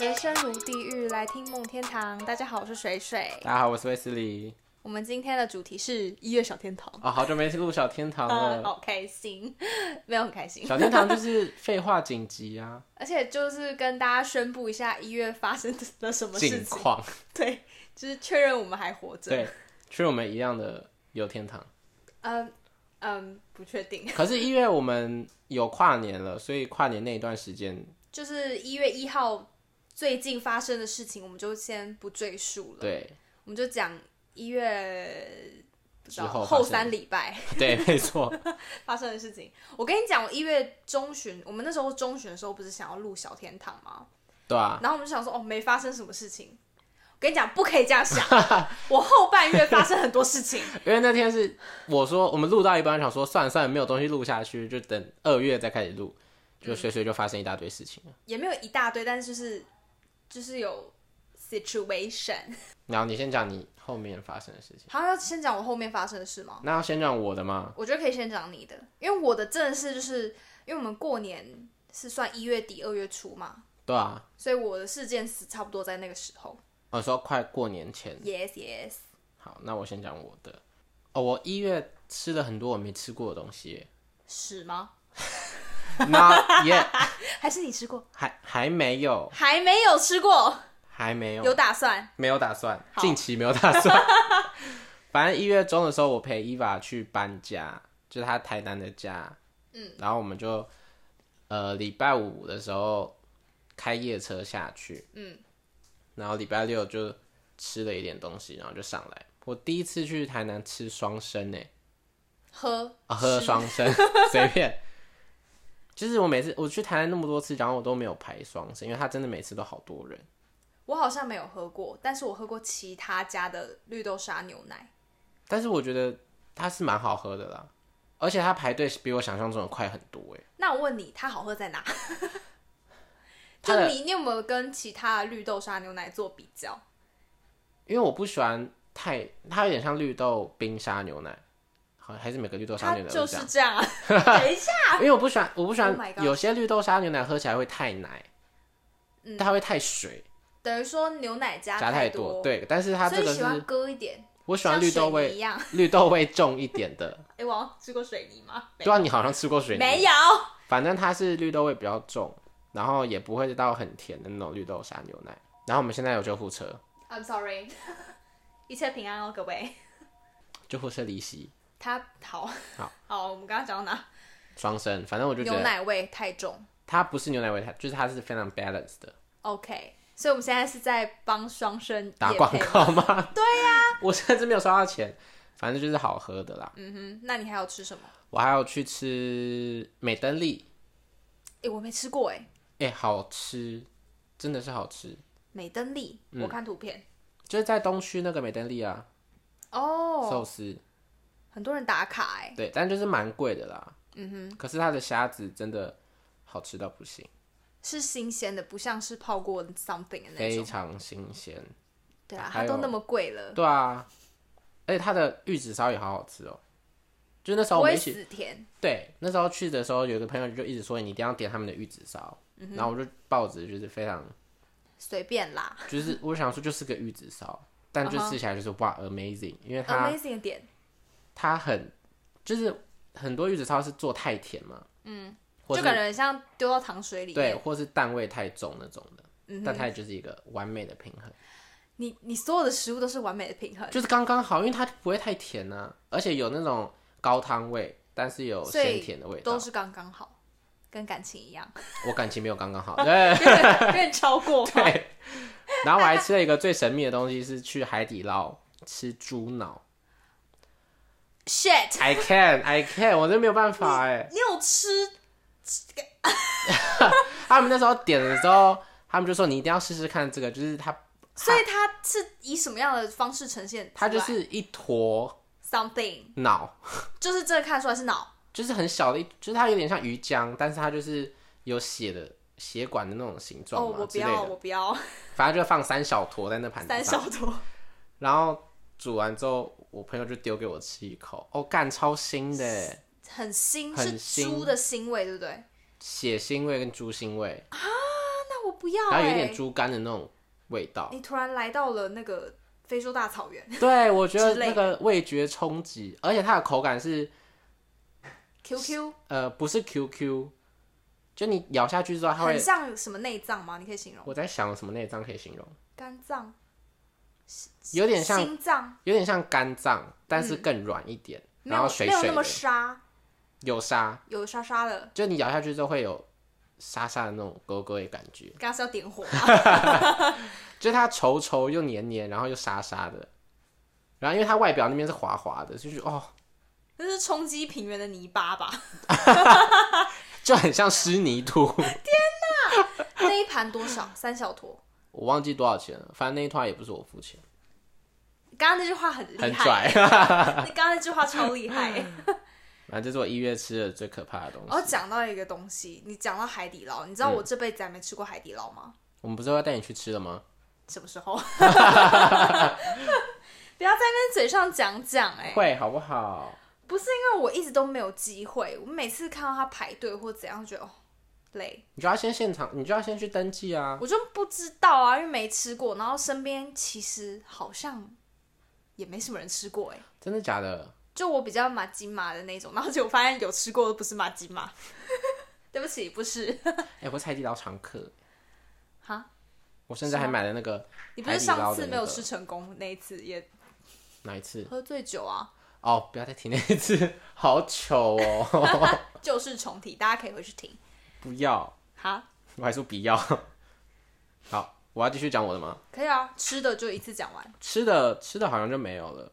人生如地狱，来听梦天堂。大家好，我是水水。大家好，我是威斯利。我们今天的主题是一月小天堂。啊、好久没录小天堂呃，了。好开心， 没有很开心。小天堂就是废话紧急啊，而且就是跟大家宣布一下一月发生了 什么事近情，况。对，就是确认我们还活着。对，去我们一样的有天堂。嗯嗯，不确定，可是，因为我们有跨年了，所以跨年那一段时间，就是一月一号最近发生的事情，我们就先不赘述了，对 我们就讲一月不知道之后发后生三礼拜。对，没错，发生的事情。我跟你讲，我一月中旬，我们那时候中旬的时候不是想要录小天堂吗？对啊，然后我们就想说，哦，没发生什么事情。我跟你讲，不可以这样想。我后半月发生很多事情，因为那天是我说我们录到一半，想说算了算了，没有东西录下去，就等二月再开始录，就随随就发生一大堆事情了。也没有一大堆，但是就是就是有 situation。然后你先讲你后面发生的事情，好像要先讲我后面发生的事吗？那要先讲我的吗？我觉得可以先讲你的，因为我的真的是就是因为我们过年是算一月底二月初嘛，对啊，所以我的事件是差不多在那个时候。我说快过年前。 Yes, yes。好，那我先讲我的。哦，我一月吃了很多我没吃过的东西耶屎吗？ ，not yet，还是你吃过？还还没有，还没有吃过。还没有，有打算，没有打算，好近期没有打算。 反正一月中的时候，我陪伊娃去搬家，就是她台南的家。嗯，然后我们就呃礼拜五的时候开夜车下去，嗯，然后礼拜六就吃了一点东西，然后就上来。我第一次去台南吃双生诶、喝啊，喝吃双 生随便。就是我每次我去台南那么多次，然后我都没有排双生，因为他真的每次都好多人。我好像没有喝过，但是我喝过其他家的绿豆沙牛奶。但是我觉得它是蛮好喝的啦，而且它排队比我想象中的快很多哎。那我问你，它好喝在 哪？就它的你，你有没有跟其他的绿豆沙牛奶做比较？因为我不喜欢太，它有点像绿豆冰沙牛奶，好还是每个绿豆沙它牛奶就都这是样。这样啊。 等一下，因为我不喜欢，我不喜欢 Oh my god 有些绿豆沙牛奶喝起来会太奶，它会太水，等于说牛奶嗯加加太多，多。，对，但是它所这以个喜欢是割一点，我喜像欢绿豆水泥一味，样。绿豆味重一点的。哎，我好像吃过水泥吗？对啊，你好像吃过水泥。没有，反正它是绿豆味比较重，然后也不会到很甜的那种绿豆沙牛奶。然后我们现在有救护车， I'm sorry，一切平安哦，各位。救护车离席它好，好，好，我们刚刚讲到哪？双生，反正我就觉牛得奶味太重。它不是牛奶味，它就是它是非常 balance 的。 OK，所以我们现在是在帮双生打业广配告吗？ 对啊呀、 我甚至没有收到钱，反正就是好喝的啦。嗯哼，那你还有吃什么？我还有去吃美登利，哎、我没吃过哎、哎、好吃，真的是好吃，美登利，嗯我看图片就是在东区那个美登利啊，哦，寿司，很多人打卡哎、对，但就是蛮贵的啦。嗯哼，可是它的虾子真的好吃到不行。是新鲜的，不像是泡过 something 的那非种。常新鲜。对啊，它还有都那么贵了，对啊，而且它的玉子烧也好好吃哦。就那时候不我们会一起死甜。对，那时候去的时候，有一个朋友就一直说你一定要点他们的玉子烧，嗯然后我就抱着就是非常随便啦就是我想说就是个玉子烧，但嗯就哼吃起来就是哇 amazing，因为它，amazing 的点它很就是很多玉子烧是做太甜嘛，嗯，或就是感觉像丢到糖水里对，面。或是蛋味太重那种的，嗯但它也就是一个完美的平衡。你你所有的食物都是完美的平衡，就是刚刚好，因为它不会太甜呐、而且有那种高汤味，但是有所以鲜甜的味道都。是刚刚好，跟感情一 样， 我感情没有刚刚好，对有点超过吗？对。然后我还吃了一个最神秘的东西，是去海底捞吃猪脑。 Shit， I can, I can，我真没有办法哎。你有吃他们那时候点的时候，他们就说你一定要试试看这个，就是它，所以它是以什么样的方式呈现出来？它就是一坨 something，脑，就是这看得出来是脑，就是很小的一，就是它有点像鱼浆，但是它就是有血的血管的那种形哦，状嘛我不之类要，的。我不要反正就放三小坨在那盘子上三。小坨，然后煮完之后，我朋友就丢给我吃一口，哦，干超腥的欸耶，很腥，很是猪的腥味，对不对？血腥味跟猪腥味，那我不要、欸，然后有一点猪肝的那种味 道。你突然来到了那个非洲大草原对，我觉得之类那个味觉冲击，而且它的口感是，QQ 呃不是 QQ，就你咬下去之后，它很会像什么内脏吗？你可以形容我在想有什么内脏可以形容，肝脏，有点像心脏，有点像肝脏，但是更软一点，嗯没然后有水没有水那么的，沙，有沙，有沙沙的，就你咬下去之后会有沙沙的那种勾勾的感觉，刚刚是要点火吗，啊 就是它稠稠又黏黏，然后又沙沙的，然后因为它外表那边是滑滑的，就是哦那是冲击平原的泥巴吧？就很像湿泥土， 那一盘多少？三小坨。我忘记多少钱了，反正那一团也不是我付钱，刚刚那句话很厉很害，拽。你刚刚那句话超厉害。 反正这是我一月吃的最可怕的东西。然后讲到一个东西，你讲到海底捞，你知道我这辈子还没吃过海底捞吗？我们不是要带你去吃的吗？什么时候？不要在那边嘴上讲讲哎，会好不好？不是因为我一直都没有机会，我每次看到他排队或怎样，觉得哦累，你就要先现场，你就要先去登记啊。我就不知道啊，因为没吃过，然后身边其实好像也没什么人吃过哎、真的假的？就我比较马吉马的那种，然后结果发现有吃过的不是马吉马， 对不起，不是哎、我菜地捞常客，哈，我甚至还买了那个你不是上次没有吃成功那一次也哪一次？喝醉酒啊，哦，不要再提那一次， 好糗哦！ 旧事重提，大家可以回去听。不要，哈，我还说不要。 好，我要继续讲我的吗？可以啊，吃的就一次讲完吃的吃的好像就没有了。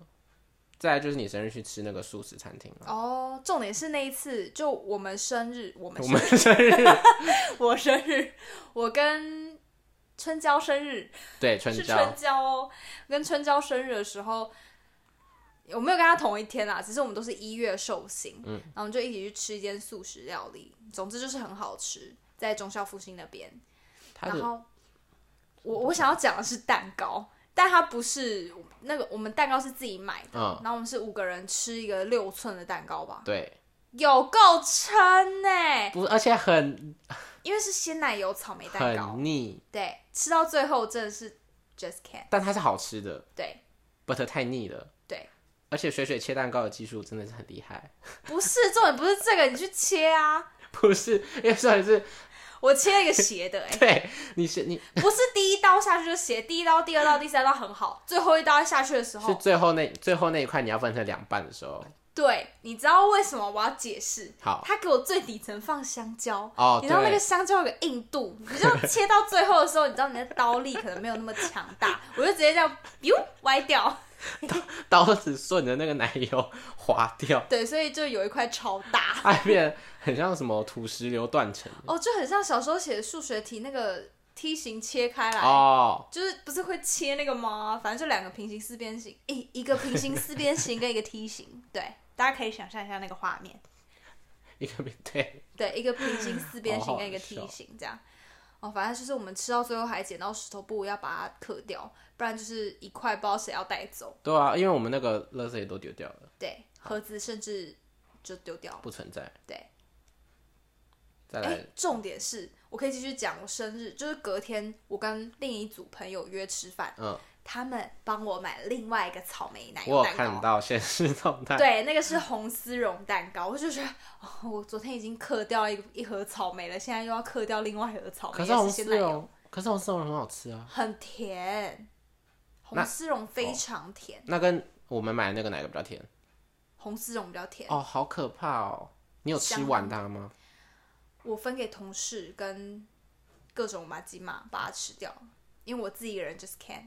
再来就是你生日去吃那个素食餐厅了，哦。重点是那一次，就我们生日，我们我生们生日 我生日，我跟春娇生日对春是娇春娇哦，跟春娇生日的时候，我没有跟她同一天啦，只是我们都是一月寿星，嗯，然后我们就一起去吃一间素食料理，总之就是很好吃，在中校复兴那边。他然的后我我想要讲的是蛋糕，但它不是那个，我们蛋糕是自己买的，嗯然后我们是五个人吃一个六寸的蛋糕吧，对，有够撑呢、不是，而且很因为是鲜奶油草莓蛋糕。很腻，对，吃到最后真的是 just can't。但它是好吃的对，but 太腻了。对，而且水水切蛋糕的技术真的是很厉害， 不是重点，不是这个，你去切啊！不是因为算是我切了一个斜的、哎，对你是你不是第一刀下去就斜，第一刀、第二刀、第三刀很好，最后一刀下去的时是候，最后那最后那一块你要分成两半的时候，对，你知道为什么我要解释？好他给我最底层放香蕉，哦你知道对那个香蕉有个硬度，你就切到最后的时候，你知道你的刀力可能没有那么强 大，我就直接这样 biu 歪掉，刀子顺着那个奶油滑掉，对，所以就有一块超大。它变得很像什么土石流断层哦，就很像小时候写的数学题那个梯形切开来，哦，就是不是会切那个吗？反正就两个平行四边形，一一个平行四边形跟一个梯形，对，大家可以想象一下那个画面，一个对，对，一个平行四边好形哦好跟一个笑梯形这样。哦，反正就是我们吃到最后还剪刀石头布要把它刻掉，不然就是一块不知道谁要带走，对啊，因为我们那个垃圾也都丢掉了，对，盒子甚至就丢掉了。不存在。对，再哎、来重点是我可以继续讲我生日，就是隔天我跟另一组朋友约吃饭，嗯，他们帮我买另外一个草莓奶油我有蛋看糕。到现实动态，对，那个是红丝绒蛋糕，我就觉得、哦，我昨天已经嗑掉一一盒草莓了，现在又要嗑掉另外一盒草莓，可也是红鲜丝奶油，绒，可是红丝绒很好吃啊。很甜，红那哦丝绒非常甜，那跟我们买的那个哪个比较甜？红丝绒比较甜。哦，好可怕哦！你有吃香完它吗？我分给同事跟各种马吉玛把它吃掉，因为我自己一个人 just can't。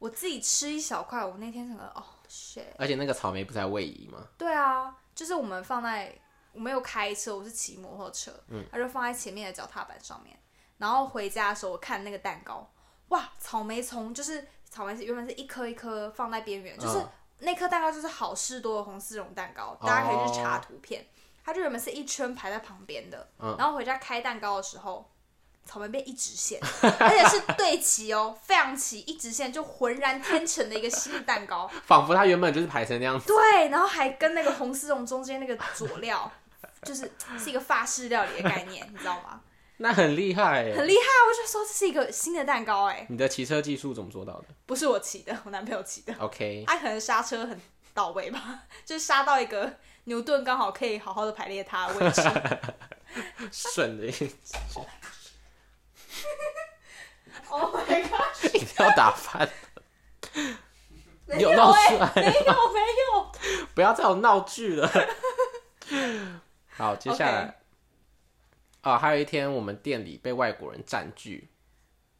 我自己吃一小块，我那天整个哦 shit。而且那个草莓不是还位移吗？对啊，就是我们放在我没有开车，我是骑摩托车，它就放在前面的脚踏板上面。然后回家的时候，我看那个蛋糕，哇，草莓从就是草莓是原本是一颗一颗放在边缘，就是嗯那颗蛋糕就是好事多的红丝绒蛋糕，大家可以去查图片。它就原本是一圈排在旁边的，然后回家开蛋糕的时候，草莓变一直线，而且是对齐哦，非常齐，一直线就浑然天成的一个新的蛋糕。仿佛它原本就是排成那样子。对，然后还跟那个 红丝绒中间那个佐料，就是是一个法式料理的概念，你知道吗？那很厉害耶！很厉害。啊我就说这是一个新的蛋糕，哎，你的骑车技术怎么做到的不是我骑的，我男朋友骑的。 ？OK，他可能刹车很到位吧， 就是刹到一个牛顿刚好可以好好的排列它的位 置。哎顺的，一 oh my god！定要打翻，没有有闹哎、出来没有没有。不要再有闹剧了。好，接下来 OK 哦，还有一天我们店里被外国人占据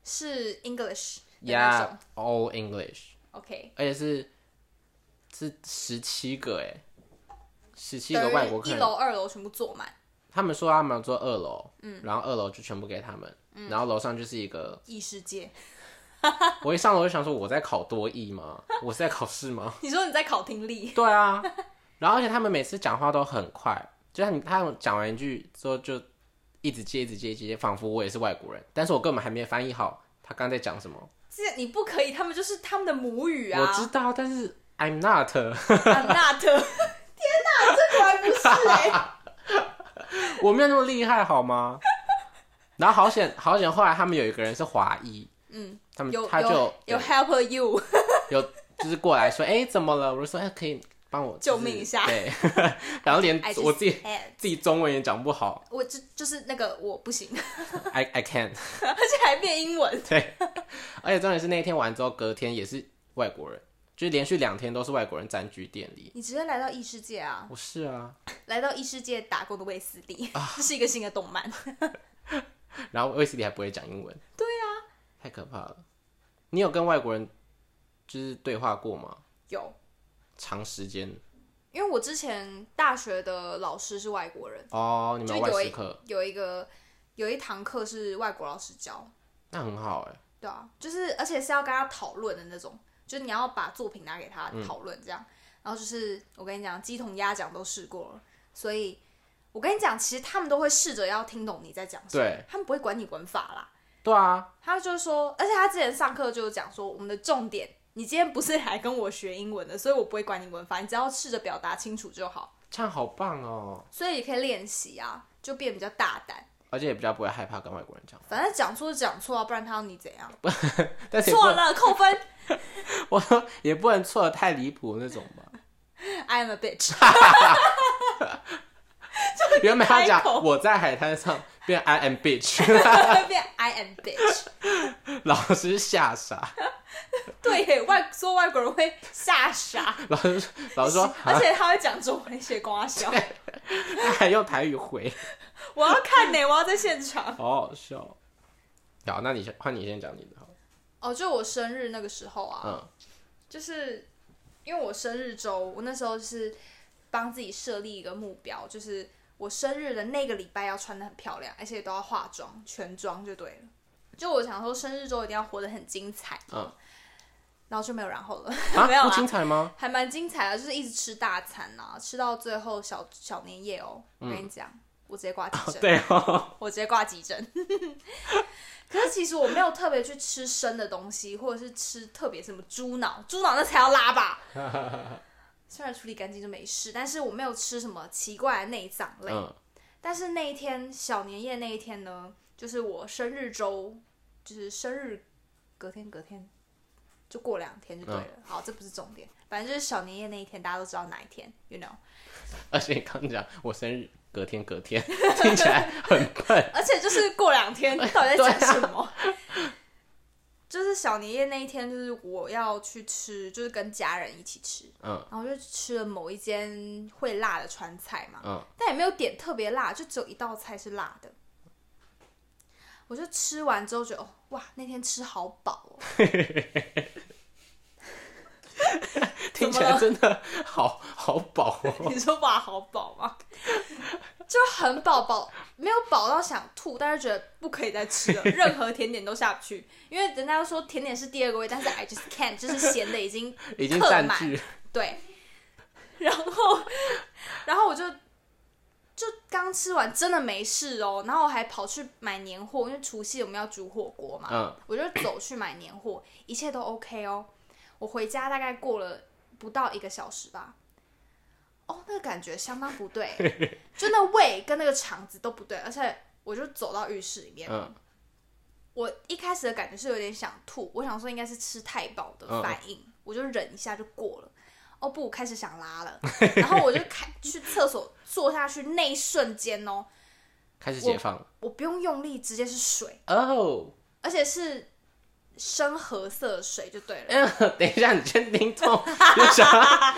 是 English 的那种。 ，Yeah，all English， OK，而且是是十七个哎，十七个等于外国客一人楼、二楼全部坐满，他们说他们要做二楼，嗯然后二楼就全部给他们，然后楼上就是一个，异世界。我一上楼就想说我在考多艺吗？我是在考试吗？你说你在考听力，对啊，然后而且他们每次讲话都很快，就像他们讲完一句之后就一直接一直接一直接，仿佛我也是外国人，但是我根本还没翻译好他刚才在讲什么。这你不可以，他们就是他们的母语啊。我知道，但是 I'm not， I'm not。天 哪，这果然不是哎、 我没有那么厉害好吗？然后好险好险，后来他们有一个人是华裔，嗯，他们有他就有有 help you，有就是过来说，哎、怎么了？我就说，哎、可以帮我救命一啊哎下对， 然后连 I just 我自己 had- 自己中文也讲不好我就就是那个我不行， ，I I can。而且还变英文。对，而且重点是那一天完之后，隔天也是外国人，就是连续两天都是外国人占据店里。你直接来到异世界啊，不是啊，来到异世界打工的卫斯理，这是一个新的动漫。然后威斯里还不会讲英文，对啊，太可怕了。你有跟外国人就是对话过吗？有，长时间因为我之前大学的老师是外国人，哦，你们就有外有事一课，有一个有一堂课是外国老师教，那很好哎、对啊，就是而且是要跟他讨论的那种，就是你要把作品拿给嗯他讨论这样。然后就是我跟你讲，鸡同鸭讲都试过了，所以我跟你讲，其实他们都会试着要听懂你在讲什么，对他们不会管你文法啦。对啊，他就说，而且他之前上课就有讲说，我们的重点，你今天不是来跟我学英文的，所以我不会管你文法，你只要试着表达清楚就好。这样好棒哦，所以也可以练习啊，就变比较大胆。而且也比较不会害怕跟外国人讲话。反正讲错就讲错啊，不然他要你怎样？但是也不错了扣分 我说也不能错的太离谱那种 吧。 ，I am a bitch。原本要讲开口我在海滩上，变 I am bitch，变 I am bitch。老师吓傻。对耶，外说外国人会吓傻，老师老师说，而且他会讲中文，写瓜笑。他 还用台语回， 我要看呢，我要在现场。好好笑。好，那你先换你先讲你的好了。哦，就我生日那个时候啊，嗯，就是因为我生日周，我那时候就是帮自己设立一个目标，就是我生日的那个礼拜要穿的很漂亮，而且都要化妆，全妆就对了。就我想说，生日周一定要活得很精彩，嗯，然后就没有然后了，没有啊，不精啦，彩吗？还蛮精彩的，就是一直吃大餐呐、吃到最后小小年夜哦，我跟你讲，我直接挂急诊，对 哦，我直接挂急诊。 可是其实我没有特别去吃生的东西，或者是吃特别什么猪脑，猪脑那才要拉吧。虽然处理干净就没事，但是我没有吃什么奇怪的内脏类。嗯，但是那一天小年夜那一天呢，就是我生日周，就是生日隔天隔天就过两天就对了。好，这不是重点，反正就是小年夜那一天，大家都知道哪一天，you know。而且你刚讲我生日隔天隔天，听起来很 笨。而且就是过两天，到底在讲什么？啊 就是小年夜那一天，就是我要去吃，就是跟家人一起吃，嗯然后就吃了某一间会辣的川菜嘛，嗯，但也没有点特别辣，就只有一道菜是辣的。我就吃完之后觉得，哦，哇，那天吃好饱哦，听起来真的好好饱哦。 你说哇，好饱吗？ 就很饱饱，没有饱到想吐，但是觉得不可以再吃了，任何甜点都下不去，因为人家说甜点是第二个味，但是 I just can't，就是咸的已经已经刻占满据，对，然后然后我就就刚吃完，真的没事哦，然后我还跑去买年货，因为除夕我们要煮火锅嘛，嗯，我就走去买年货，一切都 OK 哦。我回家大概过了不到一个小时吧，哦，那个感觉相当不对，就那胃跟那个肠子都不对，而且我就走到浴室里面。嗯我一开始的感觉是有点想吐，我想说应该是吃太饱的反应，我就忍一下就过了。哦不，我开始想拉了，然后我就开去厕所坐下去那一瞬间哦，开始解放了我不用用力，直接是水，哦。而且是深褐色的水就对了。嗯， 等一下，你先听 众，你想要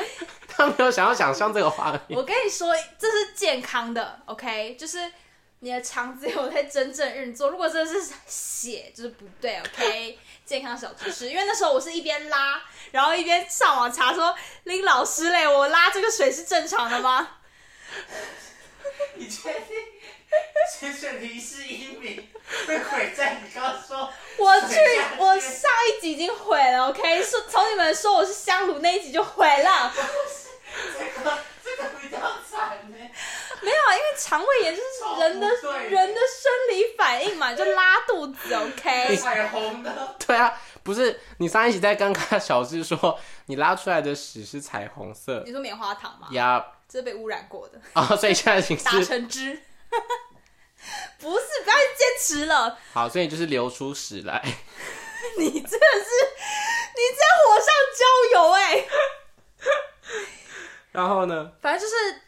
他没有想要想象这个画面。 我跟你说，这是健康的，OK，就是你的肠子有在真正运作。如果真的是血，就是不对，OK。健 康小知识，因为那时候我是一边拉，然后一边上网查说林老师嘞，我拉这个水是正常的吗？你确定？潜水提示英明，被鬼在你刚说， 我去，我上一集已经毁了，OK，说从你们说我是香炉那一集就毁 了，这个这个比较惨呢。没有，啊，因为肠胃炎就是人的超不对人的生理反应嘛，就拉肚子，OK。哎 彩虹的， 对啊，不是你上一集在刚刚小智说你拉出来的屎是彩虹色你说棉花糖吗？呀 这是被污染过的。啊、所以现在请打是成汁。 不是，不要一直坚持了， 好，所以就是流出屎来。你真的是，你在火上浇油哎、 然后呢？反正就是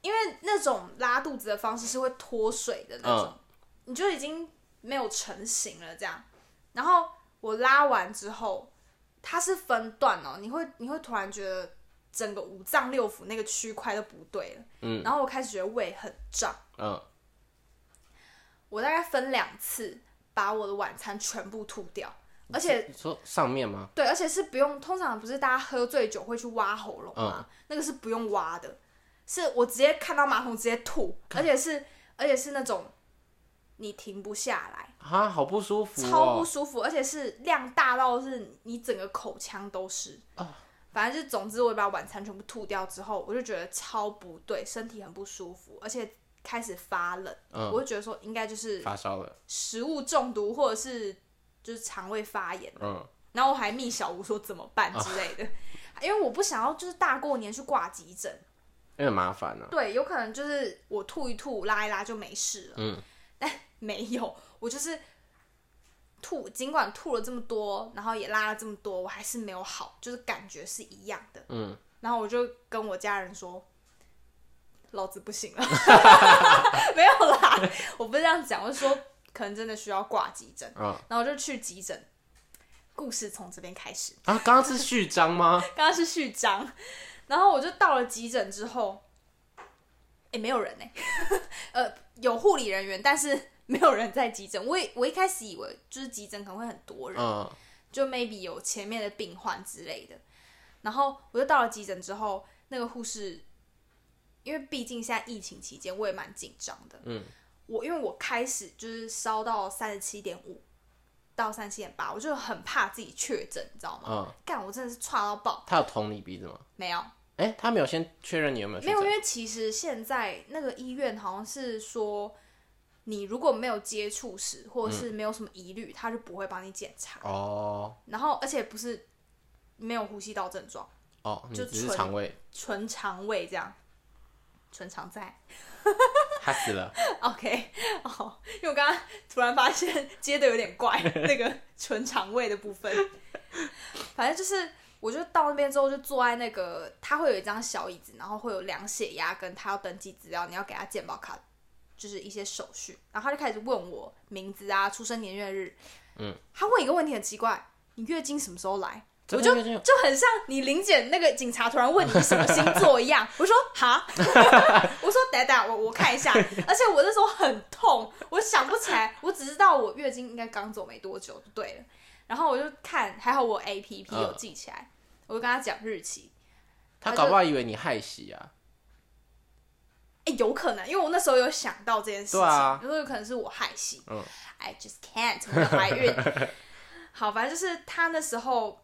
因为那种拉肚子的方式是会脱水的那种，嗯你就已经没有成型了这样。然后我拉完之后，它是分段哦，你会你会突然觉得整个五脏六腑那个区块都不对了，嗯然后我开始觉得胃很胀，嗯，我大概分两次把我的晚餐全部吐掉，而且嗯你说上面吗？对，而且是不用，通常不是大家喝醉酒会去挖喉咙吗？那个是不用挖的，是我直接看到马桶直接吐，而且是而且是那种你停不下来，啊，好不舒服超不哦。舒服，而且是量大到是你整个口腔都是。反正就总之，我把晚餐全部吐掉之后，我就觉得超不对，身体很不舒服，而且开始发冷。嗯我就觉得说应该就是发烧了。食物中毒或者是就是肠胃发炎。嗯然后我还密小吴说怎么办之类的， 因为我不想要就是大过年去挂急诊，有点麻烦呢、啊对，有可能就是我吐一吐拉一拉就没事了，嗯，但没有，我就是吐，尽管吐了这么多，然后也拉了这么多，我还是没有好，就是感觉是一样的，嗯，然后我就跟我家人说。老子不行了， 没有啦，我不是这样讲，我是说可能真的需要挂急诊，嗯然后我就去急诊。故事从这边开始，啊，刚刚是序 章吗？刚刚是序章，然后我就到了急诊之后，哎，没有人呢、呃，有护理人员，但是没有人在急诊。我以我一开始以为就是急诊可能会很多人，嗯就 maybe 有前面的病患之类的。然后我就到了急诊之后，那个护士，因为毕竟现在疫情期间，我也蛮紧张的。嗯，我因为我开始就是烧到三十七点五到三十七点八，我就很怕自己确诊，你知道吗？嗯，干，我真的是差到爆，他有捅你鼻子吗？没有。哎、他没有先确认你有没有确没有，因诊。为其实现在那个医院好像是说，你如果没有接触史或者是嗯没有什么疑虑，他就不会帮你检查。哦然后，而且不是没有呼吸道症状，哦，你就只是纯肠胃，纯肠胃这样，纯肠在。 他死了。 OK，哦，因为我刚刚突然发现接的有点怪，那个纯肠胃的部分。反正就是，我就到那边之后就坐在那个，他会有一张小椅子，然后会有量血压，跟他要登记资料，你要给他健保卡，就是一些手续。然后他就开始问我名字啊、出生年月日。嗯，他问一个问题很奇怪，你月经什么时候来？ 我真就的月经有就很像你临检那个警察突然问你什么星座一样，我说哈， 我说等一下我我看一下，而且我那时候很痛，我想不起来，我只知道我月经应该刚走没多久就对了，然后我就看，还好我 A P P 嗯有记起来，我就跟他讲日期，他他搞就不好以为你害喜啊。哎、有可能，因为我那时候有想到这件事情，对啊有时候有可能是我害喜、嗯 i just can't，我没有怀孕。 好，反正就是他那时候，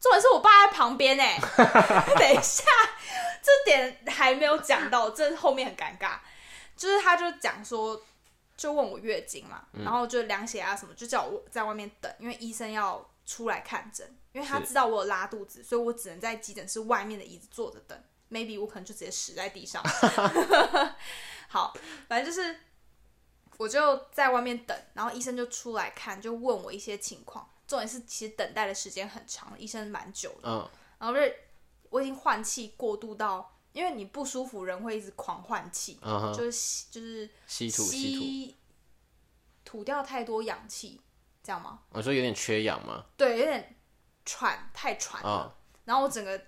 重点是我爸在旁边哎、 等一下，这点还没有讲到，这后面很尴尬。就是他就讲说，就问我月经嘛，然后就量血压什么，就叫我在外面等，因为医生要出来看诊，因为他是知道我有拉肚子，所以我只能在急诊室外面的椅子坐着等。maybe 我可能就直接死在地上。好，反正就是我就在外面等，然后医生就出来看，就问我一些情况。重点是，其实等待的时间很长，医生蛮久的。嗯，然后就是我已经换气过度到，因为你不舒服，人会一直狂换气，嗯哼就是吸就是稀土稀土，吸吐掉太多氧气，这样吗？我哦说有点缺氧吗？对，有点喘，太喘了。啊、然后我整个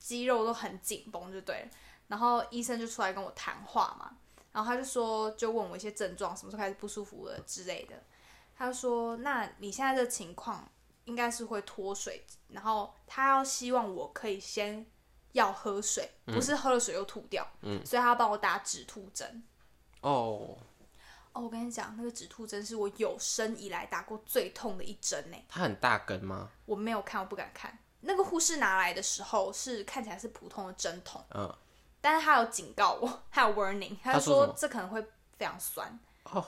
肌肉都很紧绷，就对了。然后医生就出来跟我谈话嘛，然后他就说，就问我一些症状，什么时候开始不舒服了之类的。他就说，那你现在这情况应该是会脱水，然后他要希望我可以先要喝水，嗯不是喝了水又吐掉，所以他要帮我打止吐针。哦，哦，我跟你讲，那个止吐针是我有生以来打过最痛的一针呢。它很大根吗？我没有看，我不敢看。那个护士拿来的时候是看起来是普通的针筒，嗯，但是他有警告我，还有 warning，他他就说什说么这可能会非常酸。哦，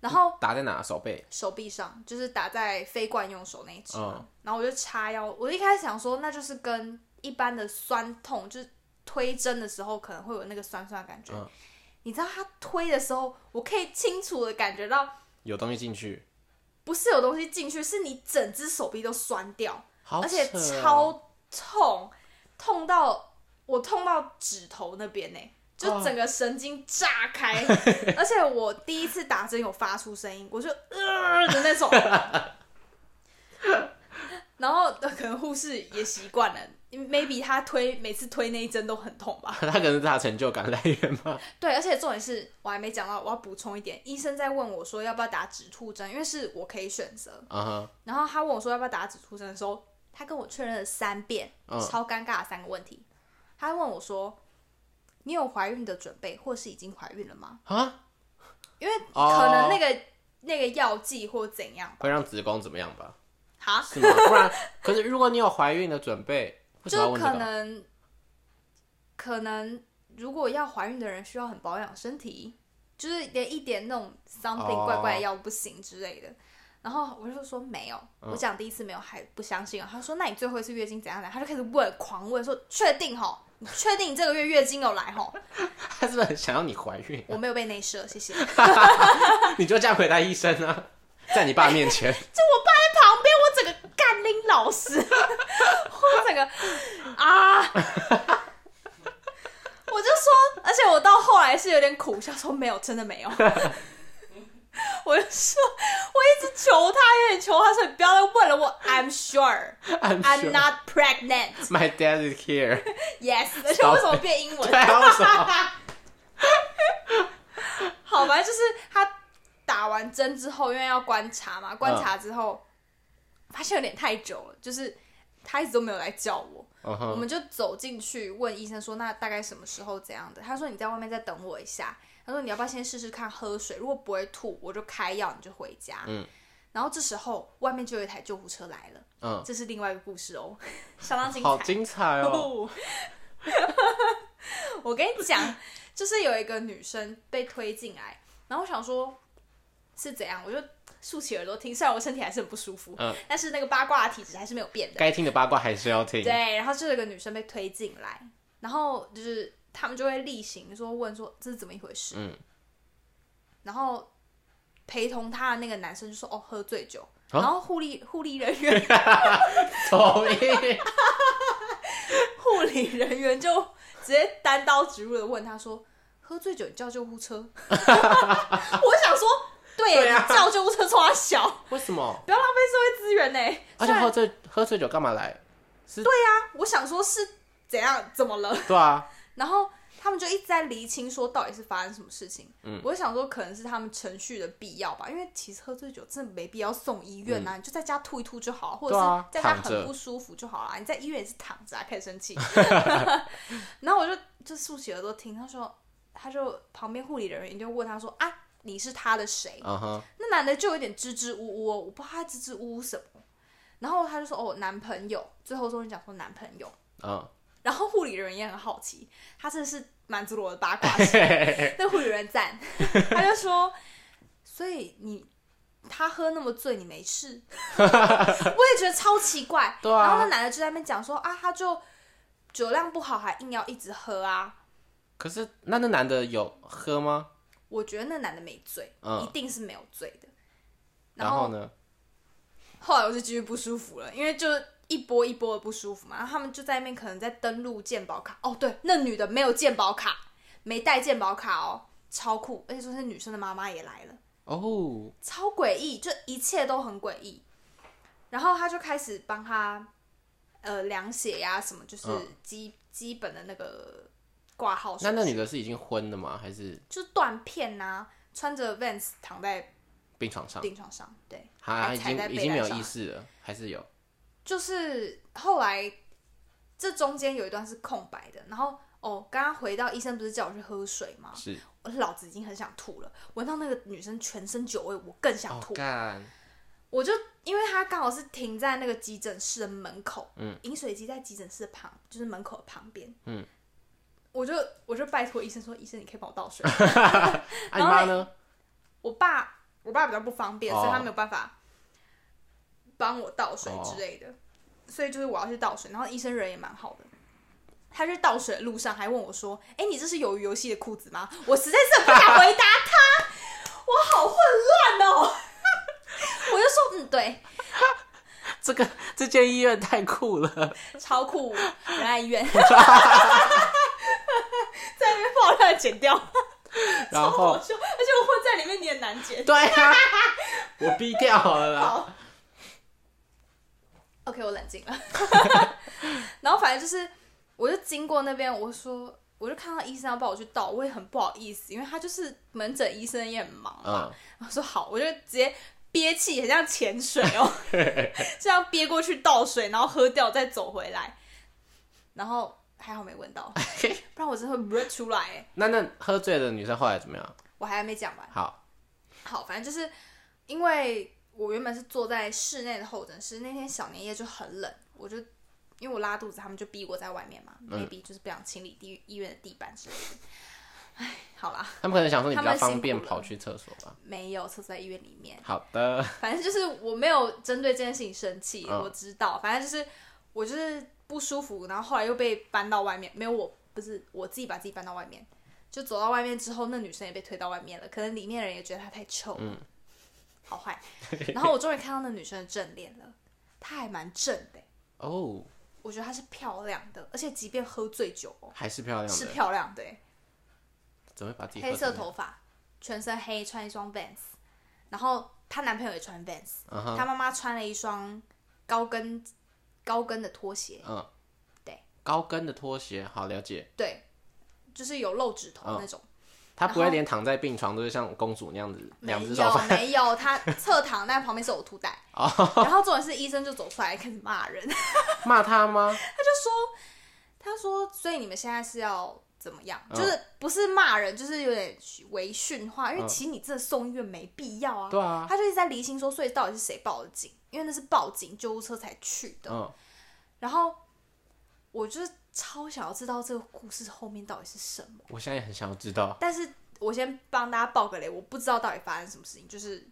然后打在哪？手背？手臂上就是打在非惯用手那一只嘛，嗯然后我就叉腰，我一开始想说那就是跟一般的酸痛，就是推针的时候可能会有那个酸酸的感觉。嗯你知道他推的时候，我可以清楚的感觉到，有东西进去，不是有东西进去，是你整只手臂都酸掉。好而且扯哦 超痛，痛到我痛到指头那边呢、就整个神经炸开，哦 而且我第一次打针有发出声音，我就呃的那种， 然后呃可能护士也习惯了，maybe 他推每次推那一针都很痛吧。他可能是他成就感来源 吧。对，而且重点是我还没讲到，我要补充一点，医生在问我说要不要打止吐针，因为是我可以选择，啊哈，然后他问我说要不要打指出针的时候，他跟我确认了三遍，嗯超尴尬的三个问题。他问我说：“你有怀孕的准备，或是已经怀孕了吗啊，？”因为哦可能那个、那个药剂或怎样会让子宫怎么样吧？哈，是吗？ 不然，可是如果你有怀孕的准备，为什么要就问这可个？能可能如果要怀孕的人需要很保养身体，就是连一点那种 something 哦怪怪的药不行之类的。然后我就说没有，嗯我讲第一次没有还不相信啊。他说那你最后一次月经怎样来？他就开始问，狂问说确定吼，你确定你这个月月经有来吼？ 他是不是很想要你怀孕？ 我没有被内射，谢谢。你就这样回答医生啊， 在你爸面 前，就我爸在旁边，我整个干拎老师， 我整个啊， 我就说，而且我到后来是有点苦笑，说没有，真的没有。 我就说，我一直求他，有点求他说你不要再问了我，I'm sure I'm I'm sure not pregnant. my dad is here。 Yes，而且为什么变英文？对啊，为什么？好，反正就是他打完针之后，因为要观察嘛，观察之后、发现有点太久了，就是他一直都没有来叫我。嗯我哼，们就走进去问医生说，那大概什么时候怎样的？他说你在外面再等我一下。他说你要不要先试试看喝水，如果不会吐，我就开药，你就回家。嗯。然后这时候外面就有一台救护车来了，嗯，这是另外一个故事 哦，相当精彩。好精彩 哦！哦我跟你讲，就是有一个女生被推进来，然后我想说是怎样，我就竖起耳朵听，虽然我身体还是很不舒服，嗯但是那个八卦的体质还是没有变的。该听的八卦还是要听。对，然后就有一个女生被推进来，然后就是他们就会例行说问说这是怎么一回事，嗯，然后陪同她的那个男生就说哦喝醉酒，啊然后护理护理人员 同意。护理人员就直接单刀直入的问他说：“喝醉酒你叫救护车？” 我想说，对耶，对啊你叫救护车冲他小，为什么？不要浪费社会资源呢。而且虽然喝醉喝醉酒干嘛来？我想说是怎样怎么了，对啊，然后他们就一直在厘清说到底是发生什么事情。嗯，我就想说可能是他们程序的必要吧，因为其实喝醉酒真的没必要送医院啊，你就在家吐一吐就好，或者嗯对是在家啊躺着很不舒服就好啦。你在医院也是躺着啊，开始生 气。然后我就就竖起耳朵听，他说，他就旁边护理人员就问他说啊，你是他的谁？嗯哼，那男的就有点支支吾吾哦，我不知道他支支吾吾什么。然后他就说哦，男朋友，最后终于讲说男朋友。嗯， 然后护理人也很好奇，他真的是满足了我的八卦心。那护理人赞， 他就说：“所以你他喝那么醉，你没 事？”我也觉得超奇怪。对啊然后那男的就在那边讲说：“啊，他就酒量不好，还硬要一直喝啊。可是那那男的有喝吗？”我觉得那男的没醉，嗯一定是没有醉的。然后呢？后来我就继续不舒服了，因为就是一波一波的不舒服嘛。然后他们就在那边可能在登录鉴宝卡。哦，对，那女的没有鉴宝卡，没带鉴宝卡哦，超酷！而且说是女生的妈妈也来了，哦，超诡异，就一切都很诡异。然后他就开始帮他呃量血呀、什么，就是嗯基、基本的那个挂号手续。哦那那女的是已经昏了吗？还是就断片呐、穿着 Vans 躺在病床上？病床上，对，她还已踩经在已被经没单有上意。识了，还是有？就是后来这中间有一段是空白的，然后哦，刚刚回到医生不是叫我去喝水吗？是我老子已经很想吐了，闻到那个女生全身酒味，我更想哦吐。干，我就因为他刚好是停在那个急诊室的门口，嗯，饮水机在急诊室的旁，就是门口的旁边，嗯，我就我就拜托医生说，医生你可以帮我倒水吗。啊你妈呢？我爸我爸比较不方便，哦哦所以他没有办法帮我倒水之类的，所以就是我要去倒水，然后医生人也蛮好的。他去倒水的路上还问我说：“哎、你这是鱿鱼游戏的裤子吗？”我实在是不敢回答他，我好混乱哦。 我就说：“嗯，对，这个这间医院太 酷了，超酷，仁爱医院。” 在那边爆料剪掉，然超后好笑，而且我混在里面，你也难剪。对啊，我逼掉了啦。好，OK，我冷静了。 然后反正就是，我就经过那边，我说，我就看到医生要帮我去倒，我也很不好意思，因为他就是门诊医生也很忙嘛。嗯，我说好，我就直接憋气，很像潜水哦，这样憋过去倒水，然后喝掉再走回来，然后还好没闻到，不然我真的会不出来欸。那那喝醉的女生后来怎么样？我还没讲完。好，好，反正就是因为我原本是坐在室内的候诊室，那天小年夜就很冷，我就因为我拉肚子，他们就逼我在外面嘛、m a y b e 就是不想清理地医院的地板之类的。唉，好啦，他们可能想说你比他们较辛苦方便了跑去厕所吧。没有厕所在医院里面，好的，反正就是我没有针对这件事情生气，嗯我知道，反正就是我就是不舒服，然后后来又被搬到外面，没有我不是我自己把自己搬到外面。就走到外面之后，那女生也被推到外面了，可能里面的人也觉得她太臭了，嗯好坏。 然后我终于看到那女生的正脸了，她还蛮正的欸、哦，我觉得她是漂亮的，而且即便喝醉酒哦，还是漂亮是的，漂亮的欸、怎么会把自己喝黑色成头发，全身黑，穿一双 Vans，然后她男朋友也穿 Vans，、那样？嗯哼，她妈妈穿了一双高跟高跟的拖鞋，嗯，对，高跟的拖鞋，好了解。对，就是有露指头那种。她不会连躺在病床都是像公主那样子，没两只手有放 哦没有，她侧躺，但旁边是呕吐袋。然后重点是医生就走出来开始骂人，骂她吗？他说：“所以你们现在是要怎么样？嗯就是不是骂人，就是有点微训话，因为嗯其实你这送医院没必要啊。对啊，他就一直在厘清说，所以到底是谁报的警？因为那是报警救护车才去的。嗯，然后我就是超想要知道这个故事后面到底是什么，我现在也很想要知道。但是我先帮大家爆个雷，我不知道到底发生什么事情，就是。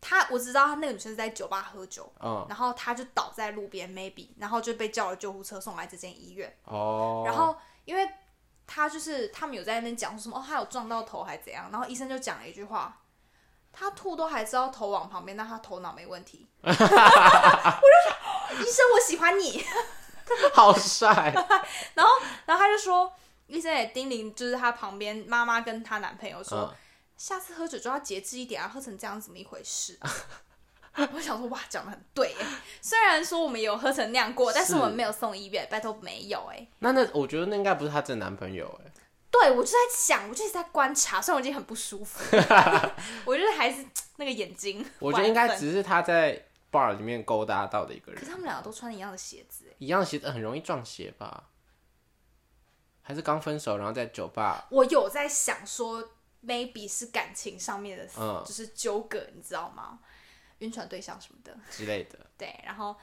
他我知道他那个女生是在酒吧喝酒，嗯，然后他就倒在路边，maybe，然后就被叫了救护车送来这间医院。哦，然后因为他就是他们有在那边讲说什么哦，他有撞到头还怎样，然后医生就讲了一句话，他吐都还知道头往旁边，那他头脑没问题。 我就说医生我喜欢你，好 帅，然后他就说医生也叮咛，就是他旁边妈妈跟她男朋友说，嗯，下次喝酒就要节制一点啊，喝成这样怎么一回事？ 我想说，哇，讲的很对耶。虽然说我们有喝成那样过，但是是我们没有送医院，拜托没有哎。那那我觉得那应该不是她真男朋友哎，对，我就在想，我就是在观察，虽然我已经很不舒服， 我就是还是那个眼睛。 我觉得应该万分。只是她在 bar 里面勾搭到的一个可人是，他们两个都穿一样的鞋子，哎一样鞋子很容易撞鞋吧？还是刚分手，然后在酒吧？我有在想说，maybe 是感情上面的，嗯就是纠葛，你知道吗？晕船对象什么的，之类的。对，然后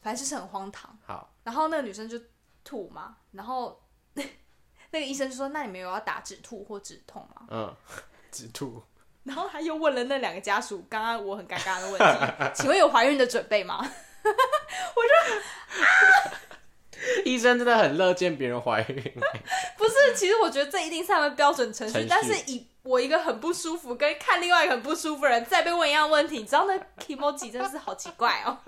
反正就是很荒唐。好，然后那个女生就吐嘛，然后 那个医生就说：“那你们有要打止吐或止痛吗？” 嗯， 止吐。然后他又问了那两个家属刚刚我很尴尬 的问题，请问有怀孕的准备吗？我说啊， 医生真的很乐见别人怀孕。不是，其实我觉得这一定是他们标准程序，程序但是以我一个很不舒服，跟看另外一个很不舒服的人再被问一样问题，你知道那 emoji 真的是好奇怪哦。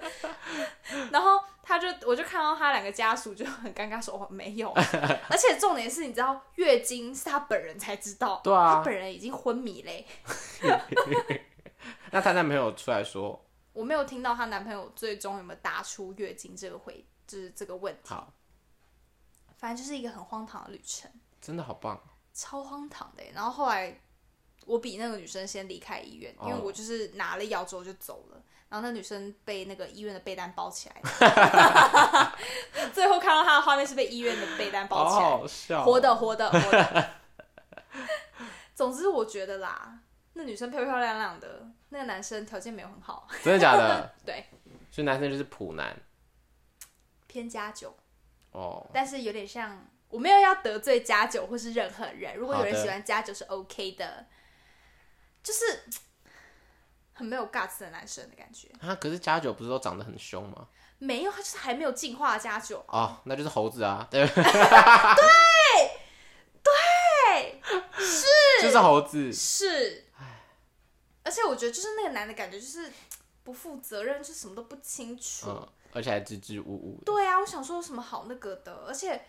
然后他就，我就看到他两个家属就很尴尬说：“我没有。”啊 而且重点是，你知道月经是他本人才知道，对 啊他本人已经昏迷嘞。那她男朋友出来说我没有听到她男朋友最终有没有答出月经这个回，就是这个问题。好，反正就是一个很荒唐的旅程，真的好棒，超荒唐的耶。欸然后后来我比那个女生先离开医院，因为哦我就是拿了药之后就走了。然后那女生被那个医院的被单包起来， 最后看到她的画面是被医院的被单包好起来，好笑哦，活的活的活的。总之我觉得啦，那女生漂漂亮亮的，那个男生条件没有很好， 真的假的？对，所以男生就是普男偏加九。哦，但是有点像，我没有要得罪家酒或是任何人。如果有人好的喜欢家酒是 OK 的，就是嘖很没有 guts 的男生的感觉。啊，可是加九不是都长得很凶吗？没有，他就是还没有进化的家酒。哦，那就是猴子啊，对对对，是就是猴子，是，而且我觉得就是那个男的感觉就是嘖不负责任，就什么都不清楚。嗯，而且还支支吾吾的，对啊，我想说有什么好那个的，而且。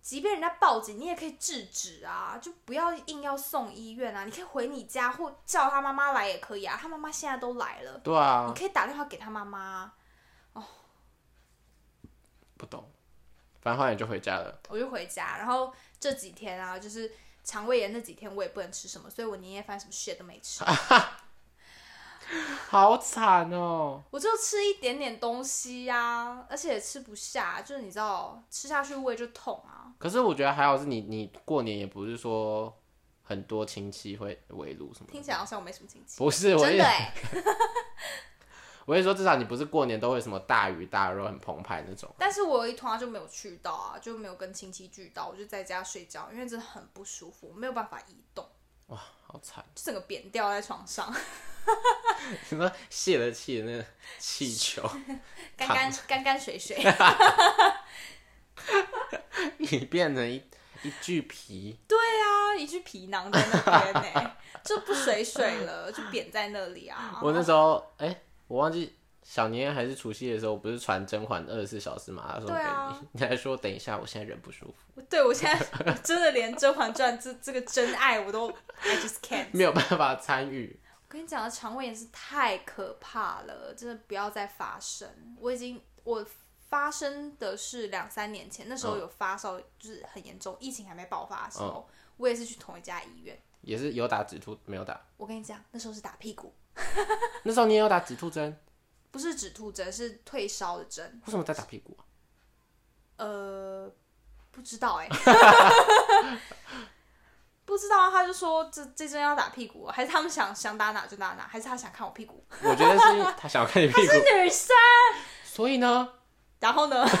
即便人家报警，你也可以制止啊，就不要硬要送医院啊。你可以回你家或叫他妈妈来也可以啊。他妈妈现在都来了，对啊你，可以打电话给他妈妈，不懂，反正后来你就回家了，我就回家。然后这几天啊，就是肠胃炎那几天，我也不能吃什么，所以我年夜饭什么 shit 都没吃，啊好惨哦，我就吃一点点东西呀、啊，而且也吃不下，就是你知道，吃下去胃就痛啊。可是我觉得还好是你，你过年也不是说很多亲戚会围炉什么的，听起来好像我没什么亲戚，不是，我真是的哎、我是说至少你不是过年都会什么大鱼大肉很澎湃那种，但是我有一团就没有去到啊，就没有跟亲戚聚到，我就在家睡觉，因为真的很不舒服，我没有办法移动，好惨， 就整个扁掉在床上，什么泄了气的那个气球， 干干干干水水。你变成一一具皮，啊，一具皮囊在那边呢、就不水水了，就扁在那里啊。 我那时候哎、我忘记。小年夜还是除夕的时候，我不是传《甄嬛》二十四小时马拉松给对你，啊你还说等一下，我现在人不舒服，对我现在我真的连《甄嬛传》这这个真爱我都 I just can't。没有办法参与。我跟你讲，肠胃炎是太可怕了，真的不要再发生。我已经我发生的是两三年前，那时候有发烧，就是很严重，疫情还没爆发的时候，我也是去同一家医院。也是有打止吐，没有打。我跟你讲，那时候是打屁股，那时候你也有打止吐针，不是止吐针，是退烧的针。为什么在打屁股啊、呃，不知道哎、 不知道啊。他就说这这针要打屁股，还是他们想想打哪就打哪，还是他想看我屁股？我觉得是他想要看你屁股， 是女生。所以呢，然后呢， 就是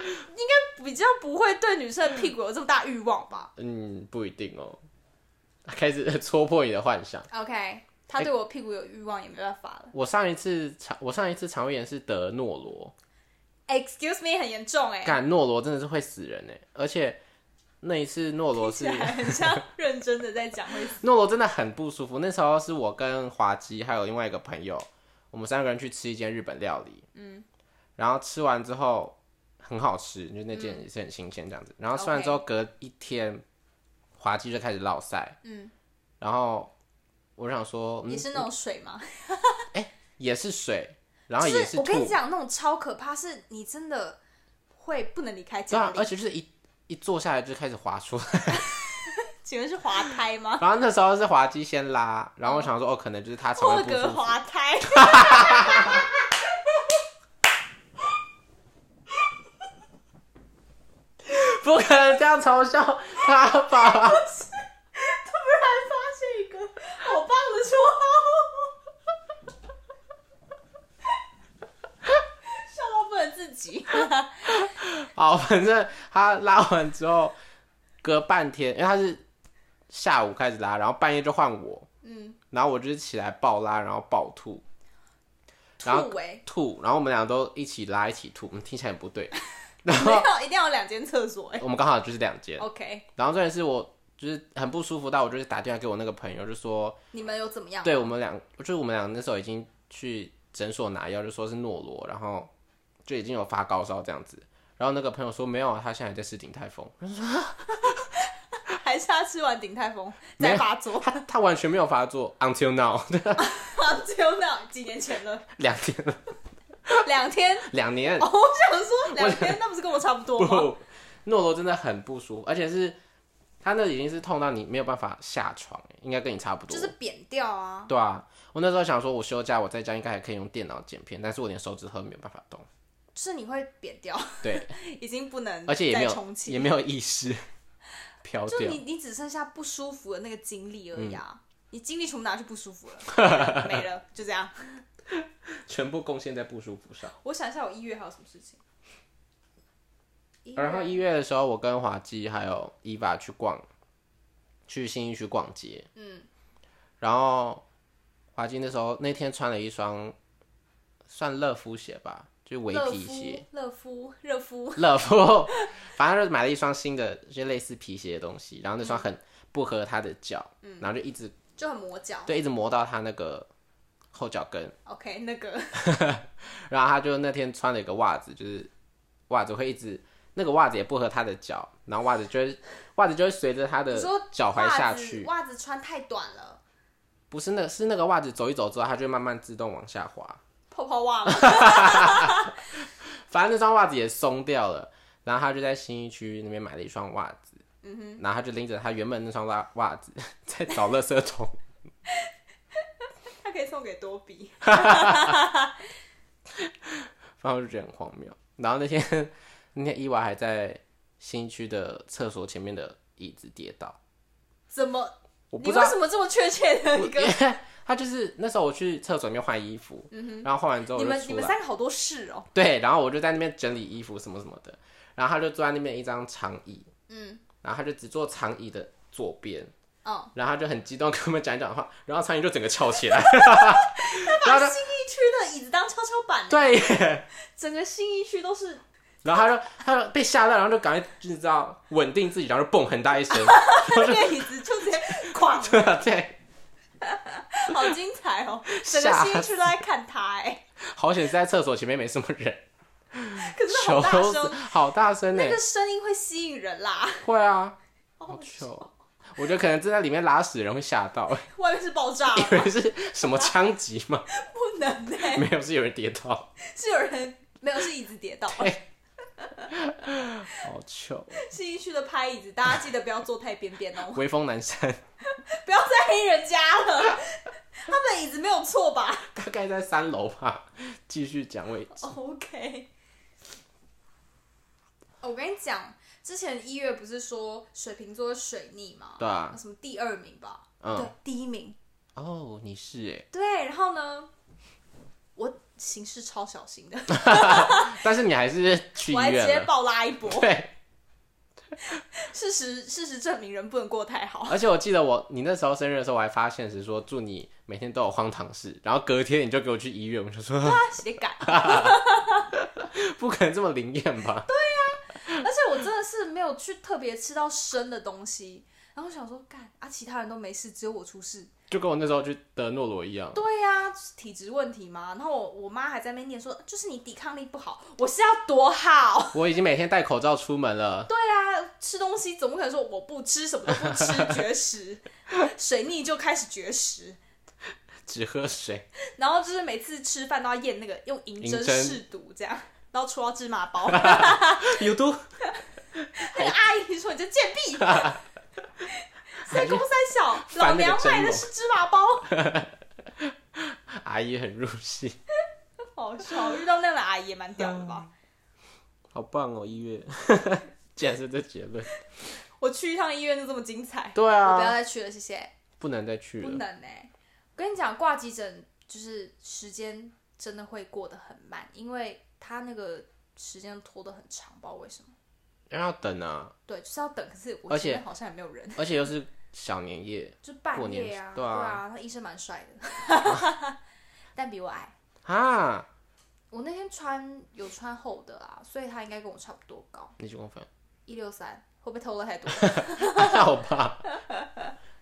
应该比较不会对女生的屁股有这么大欲望吧嗯，不一定哦。开始戳破你的幻想。 ？OK，他对我屁股有欲望也没办法了。我上一次肠，我上一次肠胃炎是得诺罗，哎 Excuse me，很严重哎、欸，干诺罗真的是会死人哎，而且那一次诺 罗是听起来很像认真的在讲会死。诺罗真的很不舒服。那时候是我跟华基还有另外一个朋友，我们三个人去吃一间日本料理，嗯，然后吃完之后很好吃，就那嗯间也是很新鲜这样子。然后吃完之后隔一天，华基就开始落腮，嗯，然后我想说，嗯也是那种水吗？也是水，然后就嗯啊也是吐我，跟你讲，那种超可怕，是你真的会不能离开对家啊，里而。且就是一一坐下来就开始滑出来。请问是滑胎 吗？然后那时候是滑稽先拉，然后我想说，哦，可能就是他肠破胃不舒格服。滑胎， 不可能这样嘲笑他吧？ 突然发现一个好棒的绰号，笑到不能自己。好，反正他拉完之后，隔半天，因为他是下午开始拉，然后半夜就换我，嗯，然后我就是起来暴拉，然后暴吐， 然后吐哎、吐，然后我们俩都一起拉一起吐，嗯，听起来很不对。 然欸，没后有一定要有两间厕所哎、我们刚好就是两间， OK，然后重点是我就是很不舒服到我就是打电话给我那个朋友，就说你们有怎么样？啊对我们俩，就是我们俩那时候已经去诊所拿药，就说是诺罗，然后就已经有发高烧这样子。然后那个朋友说没有啊，他现在还在吃鼎泰丰，还是他吃完鼎泰丰没再有发作？他他完全没有发作，until now 只有那几年前了，两天了，两天。两年哦，我想说两天，那不是跟我差不多不，吗？诺罗真的很不舒服，而且是他那已经是痛到你没有办法下床，欸应该跟你差不多。就是扁掉啊，对啊，我那时候想说，我休假我在家应该还可以用电脑剪片，但是我连手指头没有办法动，就是你会扁掉， 对，已经不能而且也没再有重启也没有意识 飘就掉你。你只剩下不舒服的那个精力而已嗯啊，你精力全部拿去不舒服 了，没了，就这样。全部贡献在不舒服上。我想一下，我一月还有什么事情？一月然后一月的时候，我跟华基还有伊娃去逛，去新一区逛街。嗯，然后华基那时候那天穿了一双算乐夫鞋吧，就是围乐皮夫鞋。、乐夫、热夫，乐夫， 反正就是买了一双新的，就类似皮鞋的东西。然后那双很不合他的脚，然后就一直就很磨脚。对一直磨到他那个后脚跟。 OK，那个然后他就那天穿了一个袜子，就是袜子会一直那个袜子也不合他的脚，然后袜子就会袜子就会随着他的你说呃脚踝下袜子去，袜子穿太短了，不是那是那个袜子走一走之后，它就会慢慢自动往下滑。泡泡袜 吗？反正那双袜子也松掉了，然后他就在新一区那边买了一双袜子，嗯、然后他就拎着他原本那双袜袜子在找垃圾桶，它可以送给多比。然后我就觉得很荒谬。然后那天那天伊娃还在新一区的厕所前面的椅子跌倒，怎么？我不你知道为什么这么确切的 一个？ 他就是那时候我去厕所里面换衣服，然后换完之后嗯我你就们你出们来，三个好多事哦。对，然后我就在那边整理衣服什么什么的，然后他就坐在那边一张长椅，嗯，然后他就只坐长椅的左边，嗯，然后他就很激动跟我们讲一讲话，然后长椅就整个翘 起来，然把后新他一区的椅子当跷跷板，对耶，整个新一区都是。然后他就他就被吓到，然后就赶快就知道稳定自己，然后就蹦很大一声， 那个椅子就直 接哐，对啊对， 好精彩 哦！整个吓新一区都在看他哎、好险是在厕所前面没什么人，可是好求大死声，，好大声呢那，个声音会吸引人啦。哦会啊。好好糗！我觉得可能正在里面拉屎的人会吓到， 外面是爆炸，以为是什么枪击 吗？不能哎、没有，是有人跌倒，是有人没有是椅子跌 倒。好糗！新一区的拍椅子，大家记得不要坐太边边哦， 威风南山 不要再黑人家了。 他们的椅子没有错吧大概在三楼吧。继续讲位哦置， ？OK。我哦跟你讲，之前一月不是说水瓶座是水逆吗？对啊什么第二名吧？对嗯，，第一名。哦，你是哎，对，然后呢，我行事超小心的，但是你还是去医我还直接院了，暴拉一波。 对。事实事实证明，人不能过太好。 而且我记得我你那时候生日的时候，我还发现是说祝你每天都有荒唐事，然后隔天你就给我去医院，我就说 他写改，不可能这么灵验吧？而且我真的是没有去特别吃到生的东西。然后我想说，干啊，其他人都没事，只有我出事。就跟我那时候去得诺罗一样，对呀、是体质问题嘛。然后我我妈还在那边念说，就是你抵抗力不好，我是要多好。我已经每天戴口罩出门了。对啊，吃东西总不可能说我不吃，什么都不吃，绝食。 水逆就开始绝食。只喝水，然后就是每次吃饭都要验那个用银针银针试毒这样，然后戳到芝麻 包，有毒。那个阿姨说你这贱 婢，三公三小，老烦那个娘哦卖的是芝麻包，阿姨很入戏，好笑，遇到那样的阿姨也蛮屌的吧？ 好棒哦！一 月，竟然是这结论。我去一趟医院就这么精彩，对我不要啊，再去了，谢谢，不能再去不了。能呢、我跟你讲，挂急诊就是时间真的会过得很慢，因为他那个时间拖得很长，不知道为什么。然后要等啊，对，就是要等，可是我而且前面好像也没有人，而且又是小年夜就半过夜年啊，对啊 对啊，他医生蛮帅的，但比我矮。啊，我那天穿有穿厚的啊，所以他应该跟我差不多高，你几公分？一六三，会不会透露太多？还 好吧，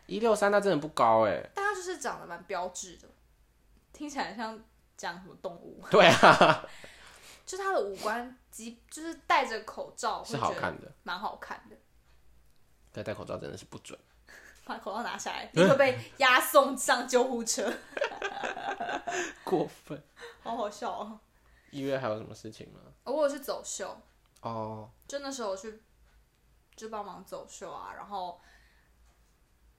一六三，它真的不高哎、但他就是长得蛮标致的，听起来很像讲什么动物，对啊， 就是他的五官及就是戴着口罩是会好觉得看的，蛮好看的，但戴口罩真的是不准。把口罩拿下 来，立刻被押送上救护车，过分。好好笑 哦。一月还有什么事情吗？哦我有去走秀，哦，就那时候我去就帮忙走秀啊，然后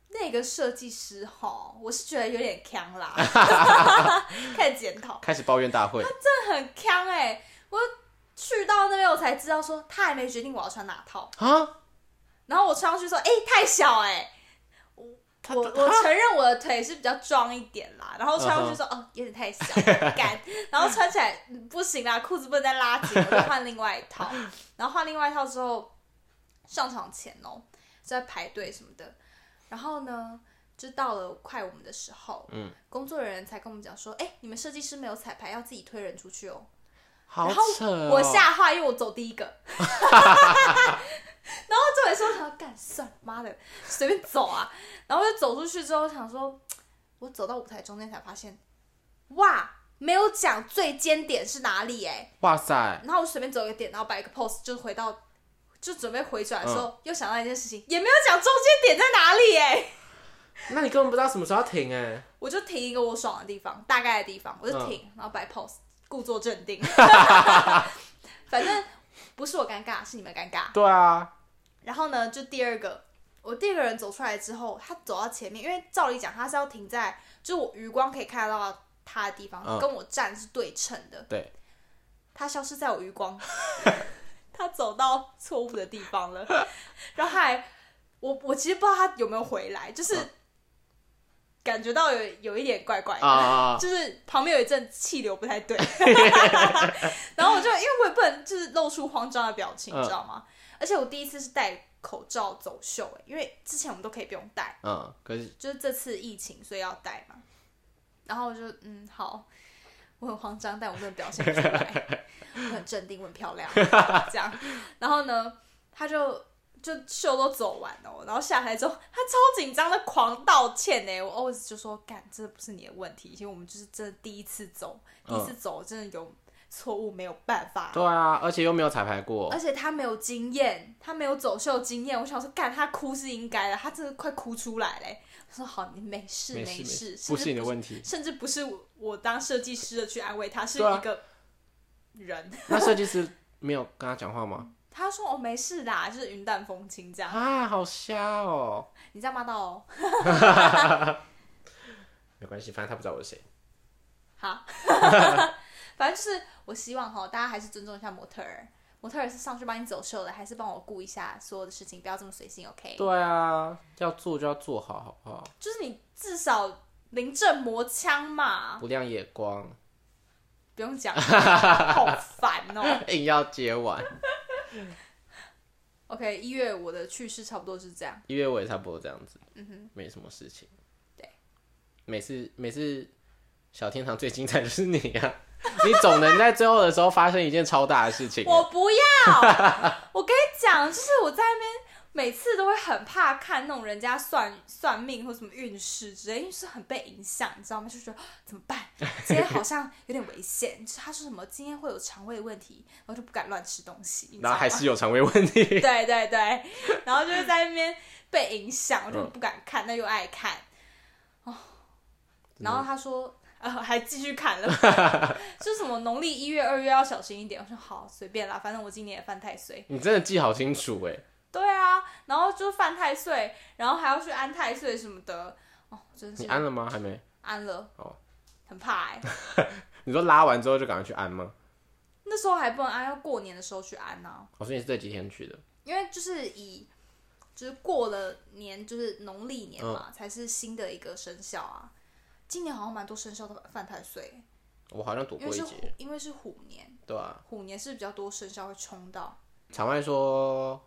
那个设计师哈，我是觉得有点坑啦， 开始检讨，开始抱怨大 会，真的很坑哎、我去到那边我才知道说他还没决定我要穿哪套，啊，然后我穿上去说，哎、太小哎、我我承认我的腿是比较壮一点啦，然后穿上去说、哦有点太小，干，然后穿起来嗯不行啦，裤子不能再拉紧，我就换另外一套，然后换另外一套之后，上场前哦在排队什么的，然后呢就到了快我们的时候，嗯，工作人员才跟我们讲说，哎、你们设计师没有彩排，要自己推人出去哦，好然后扯、哦。我吓坏，因为我走第一个。然后这尾说：“想要干算了妈的，随便走啊。”然后就走出去之后，想说，我走到舞台中间才发现，哇，没有讲最尖点是哪里哎、哇塞，然后我随便走一个点，然后摆一个 pose，就回到，就准备回转的时候，又想到一件事情，也没有讲中间点在哪里哎、那你根本不知道什么时候要停哎。我就停一个我爽的地方，大概的地方，我就停，然后摆 pose，故作镇定。反正不是我尴尬，是你们尴尬。对啊，然后呢，就第二个，我第二个人走出来之后，他走到前面，因为照理讲他是要停在，就是我余光可以看得到他的地方，嗯跟我站是对称的。对，他消失在我余光， 他走到错误的地方了，然后他还我我其实不知道他有没有回来，就是嗯感觉到有有一点怪怪的。啊，就是旁边有一阵气流不太 对， 然后我就因为我也不能就是露出慌张的表情，嗯你知道吗？而且我第一次是戴口罩走秀、欸，因为之前我们都可以不用戴，嗯，可是就是这次疫情所以要戴嘛。然后我就嗯好，我很慌张，但我真的表现不出来，我很镇定，我很漂亮，这样。然后呢，他就。就秀都走完了，然后下台之后，他超紧张的狂道歉呢。我 always 就说，干，这不是你的问题，因为我们就是真的第一次走，第一次走真的有错误，没有办法对啊，而且又没有彩排过而，且他没有经验，他没有走秀经验。我想说，干他哭是应该的，他真的快哭出来嘞。我说好，你没事没事，甚事，至不是你的问题。甚至不是我当设计师的去安慰他，是对啊一个啊人。那设计师没有跟他讲话 吗？他说哦没事啦，就是云淡风轻这样。啊，好瞎哦。你这样骂到哦，没关系，反正他不知道我是谁。好， 反正就是我希望哈，大家还是尊重一下模特儿。模特儿是上去帮你走秀的，还是帮我顾一下所有的事情，不要这么随性，OK？对啊，要做就要做好，好不好？就是你至少临阵磨枪嘛。不亮眼光，不用 讲，好烦哦、硬要接完。 OK，一月我的趣事差不多是这样。一月我也差不多这样子，没什么事情。对，每次每次小天堂最精彩就是你啊，你总能在最后的时候发生一件超大的事情。我不要，我跟你讲，就是我在那边每次都会很怕看那种人家算 算命或什么运势之类，因为是很被影响，你知道吗？就觉得哦怎么 办？今天好像有点危险。就是他说什么今天会有肠胃问题，我就不敢乱吃东西。你知道然吗后还是有肠胃问题， 对对对，然后就是在那边被影响，我就嗯不敢看，但又爱看。哦，然后他说，呃，还继续看了， 就什么农历一月、二月要小心一点。我说好，随便啦，反正我今年也犯太岁。你真的记好清楚哎。对啊，然后就犯太岁，然后还要去安太岁什么的。哦，真你是按了吗？还没。安了，哦很怕哎、你说拉完之后就赶快去按吗？那时候还不能安，要过年的时候去安啊呢、我说你是这几天去的，因为就是以就是过了年，就是农历年嘛，才是新的一个生肖啊。今年好像蛮多生肖都犯太岁，我好像躲因过为一是节虎，，因为是虎年，对啊。虎年是比较多生肖会冲到。场外说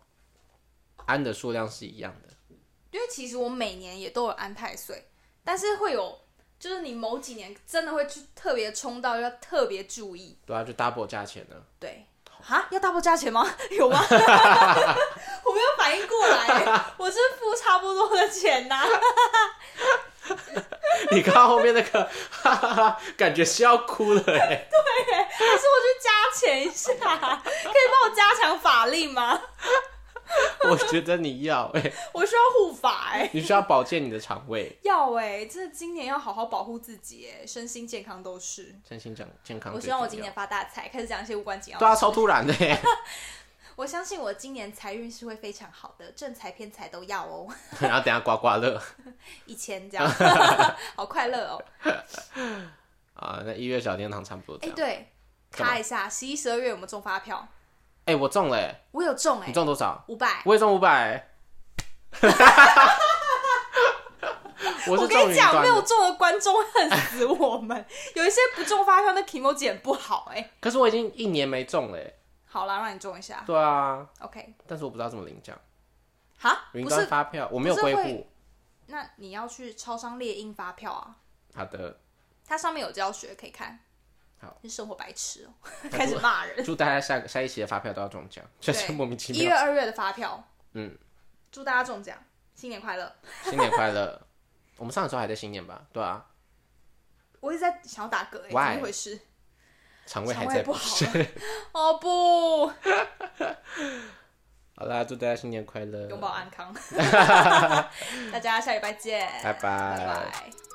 按的数量是一样的，因为其实我每年也都有安太岁，但是会有就是你某几年真的会去特别冲到，要特别注意。对啊，就 double 价钱了。对，啊，要 double 加钱吗？ 有吗？我没有反应过来，我是付差不多的钱呐、 你看到后面那个， 哈哈哈，感觉是要哭了哎。 还是我去加钱一下？可以帮我加强法力吗？ 我觉得你要哎，我需要护法哎、你需要保健你的肠胃，要哎、真的今年要好好保护自己哎、身心健康都是。身心讲健康我最希重要。望我今年发大财，开始讲一些无关紧要的对啊，超突然的哎。我相信我今年财运是会非常好的，正财偏财都要哦， 然后等一下刮刮乐一千这样， 好快乐哦。啊，那一月小天堂差不多这哎、样。对，干嘛卡一下，十一、十二月有没有中发票？哎、我中了哎，我有中哎、你中多少？五百。我也中 五百。我是我中跟云你讲，端没有的，中的观众恨死我们。有一些不中发票，那题目剪不好哎、可是我已经一年没中了哎。好啦，让你中一下。对啊， OK，但是我不知道怎么领奖。哈，云不端是，发票我没有不是归会户。那你要去超商列印发票啊，好的，它上面有教学可以看。好，你是生活白痴 哦、开始骂人。祝大家下个下一期的发票都要中奖，就是对莫名其一月、妙。二月的发票，嗯，祝大家中奖，新年快乐！新年快乐！ 我们上的时候还在新年吧？对啊，我一直在想要打嗝、欸，怎 Why？么一回事？肠胃还肠在胃不好 了。哦不，好啦，祝大家新年快乐！ 永保安康。大家下礼拜见，拜拜拜拜